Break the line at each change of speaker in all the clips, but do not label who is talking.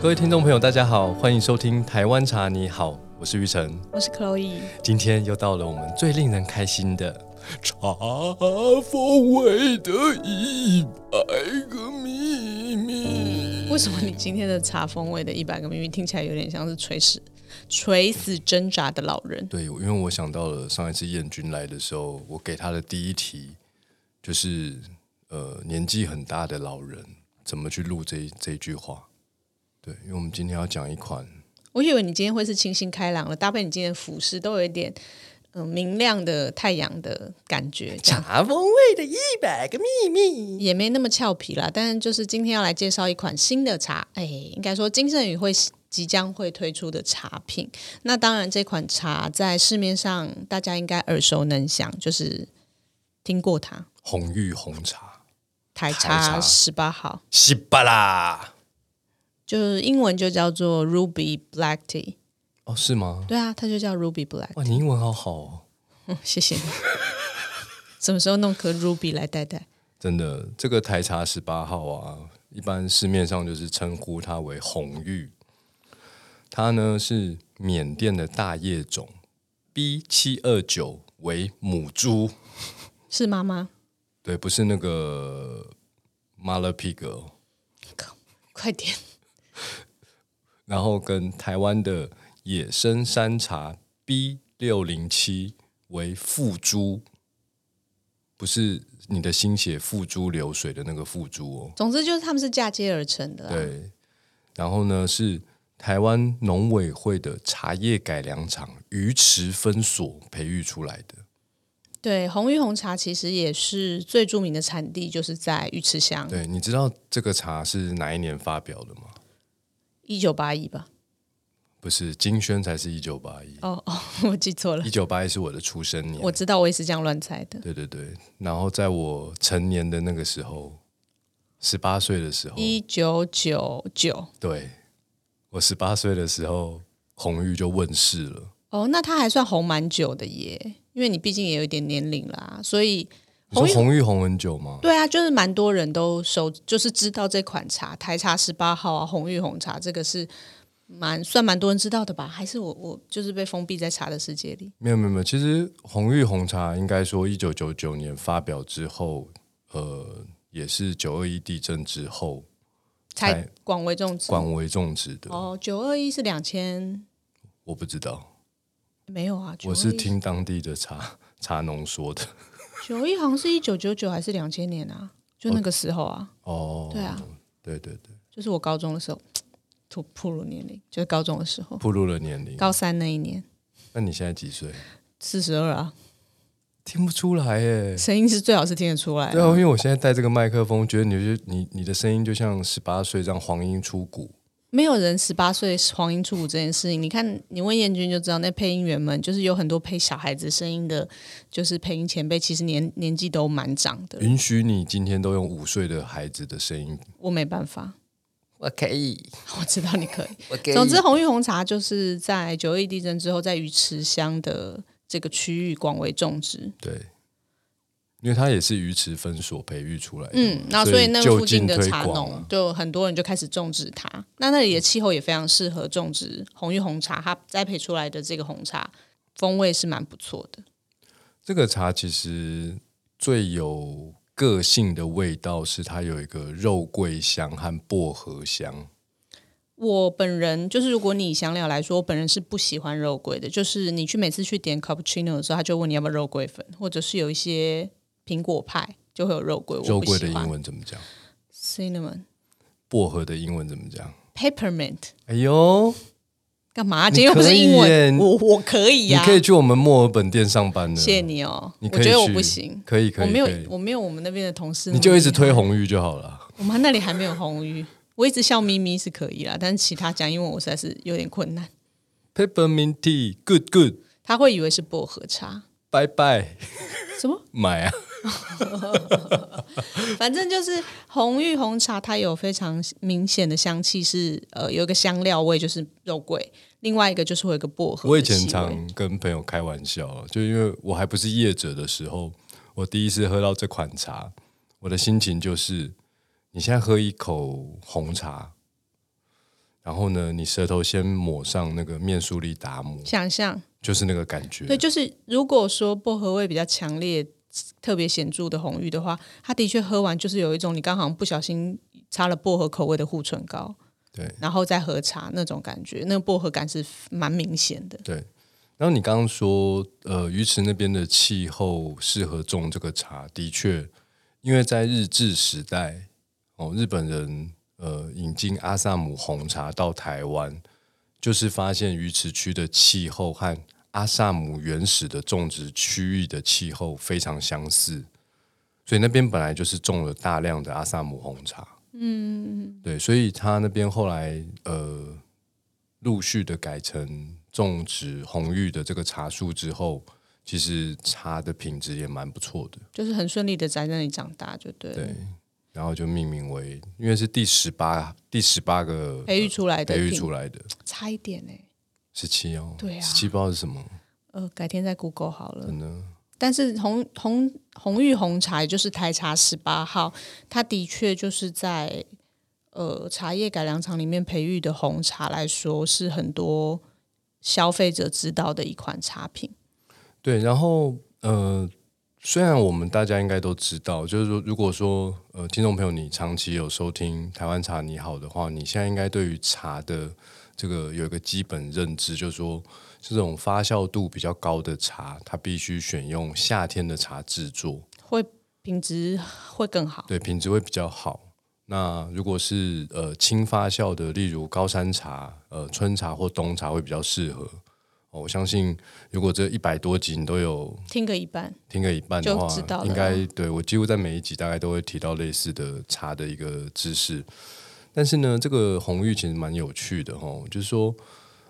各位听众朋友，大家好，欢迎收听《台湾茶你好》，我是玉成。
我是 Chloe，
今天又到了我们最令人开心的茶风味的一百个秘密。
为什么你今天的茶风味的一百个秘密听起来有点像是垂死垂死挣扎的老人？
对，因为我想到了上一次燕君来的时候，我给他的第一题就是呃，年纪很大的老人怎么去录这一这一句话。对，因为我们今天要讲一款
我以为你今天会是清新开朗的，搭配你今天的服饰都有一点嗯、呃明亮的太阳的感觉，这 样
茶风味的一百个秘密。
也没那么俏皮啦。但是就是今天要来介绍一款新的茶，哎，应该说金盛宇会即将会推出的茶品。那当然，这款茶在市面上大家应该耳熟能详，就是听过它
红玉红茶，
台
茶
茶十八号。
西巴啦。
就是英文就叫做 Ruby Black Tea。
哦，是吗？
对啊，它就叫 Ruby Black。
哇，你英文好好哦，
嗯，谢谢你。什么时候弄颗 Ruby 来戴戴？
真的。这个台茶十八号啊，一般市面上就是称呼它为红玉。它呢是缅甸的大叶种 B 七二九为母株，
是妈妈？
对，不是那个 m a l a p i g 哦。
靠，快点！
然后跟台湾的野生山茶 B 六零七为腹珠，不是你的心血付诸流水的那个付诸哦。
总之就是他们是嫁接而成的啦。
对，然后呢是台湾农委会的茶叶改良场鱼池分所培育出来的。
对，红玉红茶其实也是最著名的产地，就是在鱼池乡，
对，你知道这个茶是哪一年发表的吗？
一九八一吧？
不是，金萱才是一九八一，
哦哦，我记错了
一，九八一是我的出生年。
我知道，我也是这样乱猜的。
对对对，然后在我成年的那个时候，十八岁的时候，
一九九九，
对我十八岁的时候，红玉就问世了。
哦，那它还算红蛮久的耶，因为你毕竟也有一点年龄啦，所以
你说
红玉
红玉红很久吗？
对啊，就是蛮多人都熟，就是知道这款茶，台茶十八号啊，红玉红茶，这个是蛮算蛮多人知道的吧？还是我我就是被封闭在茶的世界里？
没有没有没有，其实红玉红茶应该说一九九九年发表之后，呃，也是九二一地震之后才
才广为众知。
广为种植的。
哦，九二一是两千，
我不知道，
没有啊，
我是
921
听当地的茶茶农说的。
九一好像是一九九九还是两千年啊？就那个时候啊，
哦，
对啊，
对对对，
就是我高中的时候，突暴露年龄，就是高中的时候，
暴露了年龄。
高三那一年，
那你现在几岁？
四十二啊，
听不出来耶。
声音是最好是听得出来
对
的。
啊，因为
嗯
我现在带这个麦克风，觉得你就你你的声音就像十八岁这样黄莺出谷。
没有人十八岁黄莺出谷这件事情，你看，你问燕君就知道，那配音员们就是有很多配小孩子声音的，就是配音前辈，其实年年纪都蛮长的。
允许你今天都用五岁的孩子的声音，
我没办法，
我可以，
我知道你可以。
我可以。
总之，红玉红茶就是在九一地震之后，在鱼池乡的这个区域广为种植。
对，因为它也是鱼池分所培育出来的嘛，
嗯，那所以那
就
附近的
推
茶
广
农
啊。
就很多人就开始种植它。那那里的气候也非常适合种植红玉红茶，它栽培出来的这个红茶风味是蛮不错的。
这个茶其实最有个性的味道是它有一个肉桂香和薄荷香。
我本人就是，如果你以香料来说，我本人是不喜欢肉桂的。就是你去每次去点 cappuccino 的时候，他就问你要不要肉桂粉，或者是有一些苹果派就会有肉桂，
肉
我不
桂的
喜
英
欢。
文怎么讲？
cinnamon
薄荷的英文怎么讲？
peppermint
哎呦，
干嘛？
你
今天又不是英
可以耶
文，我我可以
你
呀、
可以去我们墨尔本店上班的。
谢谢你哦。
你可
我
以
觉得我
去
不行，
可以可以，
我没有
可以
我没有我们那边的同事那么
你
厉害，
就一直推红玉就好了。
我们那里还没有红鱼，我一直笑眯眯是可以啦，但是其他讲英文我实在是有点困难。
Peppermint tea, good good，
他会以为是薄荷茶，
拜拜，
什么？
买啊！
反正就是红玉红茶，它有非常明显的香气是，呃有一个香料味，就是肉桂，另外一个就是会有一个薄荷的气味。
我以前常跟朋友开玩笑，就因为我还不是业者的时候，我第一次喝到这款茶，我的心情就是：你现在喝一口红茶，然然后呢，你舌头先抹上那个面苏力达姆，
想象
就是那个感觉。
对，就是如果说薄荷味比较强烈、特别显著的红玉的话，它的确喝完就是有一种你刚好不小心擦了薄荷口味的护唇膏，
对
然后再喝茶那种感觉，那个薄荷感是蛮明显的。
对。然后你刚刚说，呃，鱼池那边的气候适合种这个茶，的确，因为在日治时代，哦，日本人呃引进阿萨姆红茶到台湾，就是发现鱼池区的气候和阿萨姆原始的种植区域的气候非常相似，所以那边本来就是种了大量的阿萨姆红茶。嗯，对，所以他那边后来呃陆续的改成种植红玉的这个茶树之后，其实茶的品质也蛮不错的。
就是很顺利的在那里长大，就对了。
对，然后就命名为，因为是第十八第十八个
培育出来的
培育
品
出来的
差一点欸呢、
十七哦，
对啊
十七不知道是什么，
呃，改天再 Google 好了。
真的
但是红红红玉红茶，也就是台茶十八号，它的确就是在呃茶叶改良厂里面培育的红茶来说，是很多消费者知道的一款茶品。
对。然后呃，虽然我们大家应该都知道，就是说，如果说呃，听众朋友你长期有收听《台湾茶你好》的话，你现在应该对于茶的这个有一个基本认知，就是说这种发酵度比较高的茶，它必须选用夏天的茶制作。
会品质会更好。
对，品质会比较好。那如果是呃轻发酵的，例如高山茶、呃春茶或冬茶会比较适合。哦我相信，如果这一百多集你都有
听个一半，
听个一半的话
就知道，了
应该对我几乎在每一集大概都会提到类似的茶的一个知识。但是呢，这个红玉其实蛮有趣的哦，就是说，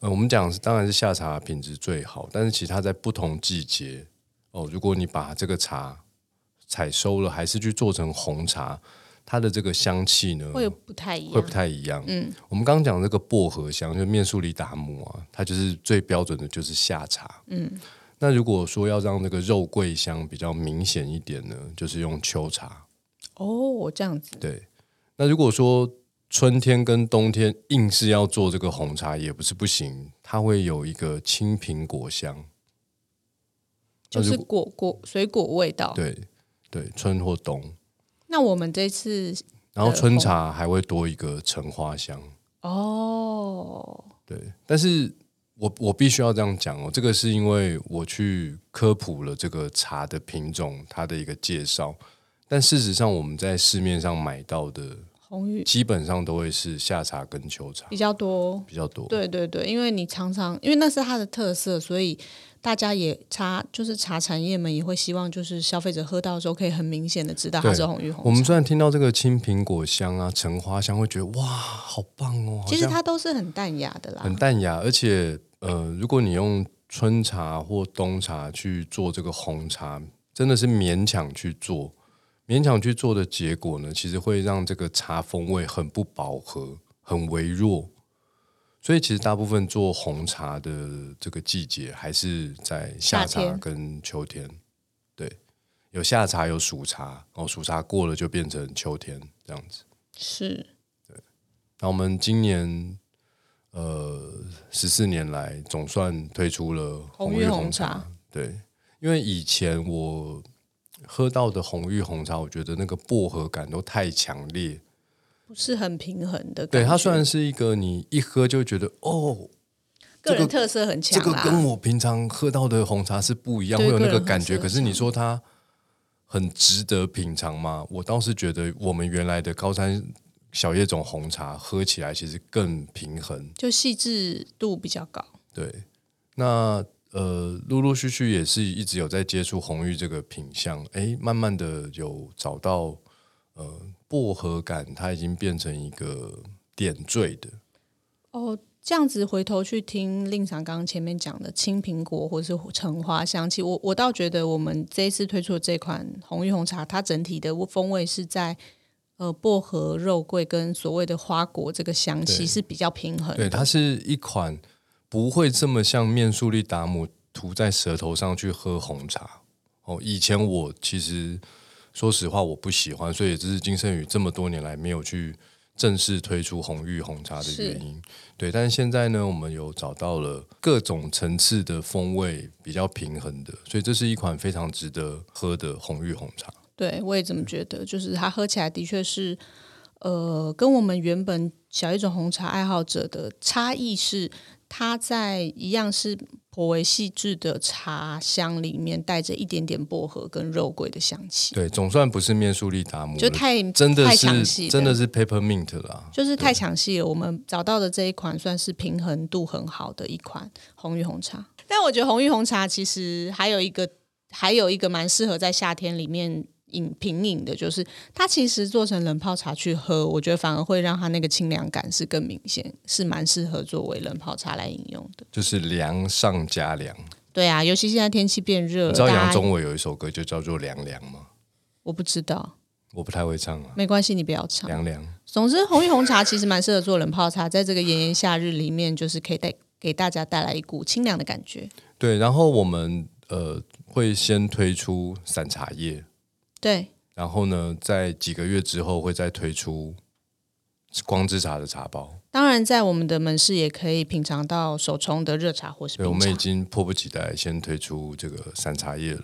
呃，我们讲是当然是夏茶品质最好，但是其实它在不同季节哦，如果你把这个茶采收了，还是去做成红茶，它的这个香气呢，
会不太一
嗯会不
样。
太一样。嗯，我们刚刚讲这个薄荷香，就是面素里达姆啊，它就是最标准的就是夏茶。嗯，那如果说要让这个肉桂香比较明显一点呢，就是用秋茶。
哦，这样子
对，那如果说春天跟冬天硬是要做这个红茶，也不是不行，它会有一个青苹果香。
就
那
是
如
果果水果味道。
对对，春或冬，
那我们这次
然后春茶还会多一个橙花香。
哦，
对，但是我我必须要这样讲哦，这个是因为我去科普了这个茶的品种，它的一个介绍。但事实上，我们在市面上买到的，
红玉
基本上都会是夏茶跟秋茶
比较多。
比较多。
对对对，因为你常常因为那是它的特色，所以大家也茶就是茶产业们也会希望，就是消费者喝到的时候可以很明显的知道它
对
是红玉红茶。
我们虽然听到这个青苹果香啊、橙花香，会觉得哇，好棒哦，好
其实
像
它都是很淡雅的啦
很，淡雅，而且呃，如果你用春茶或冬茶去做这个红茶，真的是勉强去做，勉强去做的结果呢，其实会让这个茶风味很不饱和，很微弱。所以其实大部分做红茶的这个季节还是在夏
夏
茶
天
跟秋天，对，有夏茶有暑茶，哦，暑茶过了就变成秋天这样子。
是
那我们今年呃十四年来总算推出了
红
红
玉
玉
红
红
茶
茶，对，因为以前我喝到的红玉红茶，我觉得那个薄荷感都太强烈。
不是很平衡的感觉。
对，它虽然是一个你一喝就觉得哦，
个
这
人
个
特色很
这
强
个
啦，
跟我平常喝到的红茶是不一样，
对
会有那
个
个
人
感
特
觉。
色
可是你说它很值得品尝吗？我倒是觉得我们原来的高山小叶种红茶喝起来其实更平衡。
就细致度比较高。
对，那呃，陆陆续续也是一直有在接触红玉这个品相，诶，慢慢的有找到呃薄荷感，它已经变成一个点缀的，
哦，这样子回头去听令赏刚刚前面讲的青苹果或是橙花香气，我我倒觉得我们这一次推出的这款红玉红茶，它整体的风味是在呃薄荷、肉桂跟所谓的花果这个香气
对
是比较平衡
对，
的。
它是一款不会这么像面速力达姆涂在舌头上去喝红茶。哦，以前我其实说实话我不喜欢，所以也就是金圣宇这么多年来没有去正式推出红玉红茶的原因。对，但是现在呢，我们有找到了各种层次的风味比较平衡的，所以这是一款非常值得喝的红玉红茶。
对，我也这么觉得，就是它喝起来的确是，呃，跟我们原本小一种红茶爱好者的差异是，它在一样是颇为细致的茶香里面带着一点点薄荷跟肉桂的香气，
对，总算不是面素利达姆了，
就太
真的
太抢
是
戏了
真的是 peppermint 啊啦。
就是太抢戏了。我们找到的这一款算是平衡度很好的一款红玉红茶，但我觉得红玉红茶其实还有一个还有一个蛮适合在夏天里面饮品饮的，就是它其实做成冷泡茶去喝，我觉得反而会让它那个清凉感是更明显，是蛮适合作为冷泡茶来饮用的。
就是凉上加凉。
对啊，尤其现在天气变热
你
了，
知道
大
杨
家
宗纬有一首歌就叫做《凉凉》吗？
我不知道，
我不太会唱啊，
没关系，你不要唱。
凉凉。
总之，红玉红茶其实蛮适合做冷泡茶，在这个炎炎夏日里面，就是可以带给大家带来一股清凉的感觉。
对，然后我们呃会先推出散茶叶，
对，
然后呢，在几个月之后会再推出光之茶的茶包。
当然在我们的门市也可以品尝到手冲的热茶或是
对，我
冰
们已
茶。
经迫不及待先推出这个散茶叶了。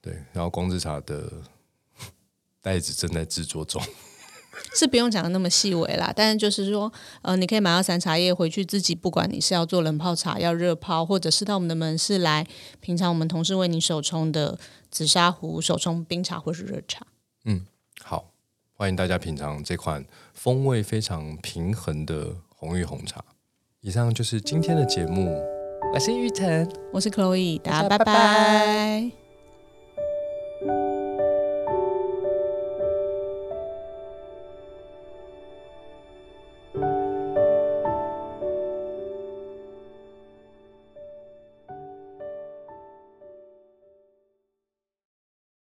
对，然后光之茶的袋子正在制作中。
是不用讲的那么细微啦，但是就是说，呃，你可以买到散茶叶回去自己，不管你是要做冷泡茶、要热泡，或者是到我们的门市来品尝我们同事为你手冲的紫砂壶手冲冰茶或是热茶。
嗯好，欢迎大家品尝这款风味非常平衡的红玉红茶。以上就是今天的节目，我是玉腾。
我是 Chloe，大家
大家拜
拜拜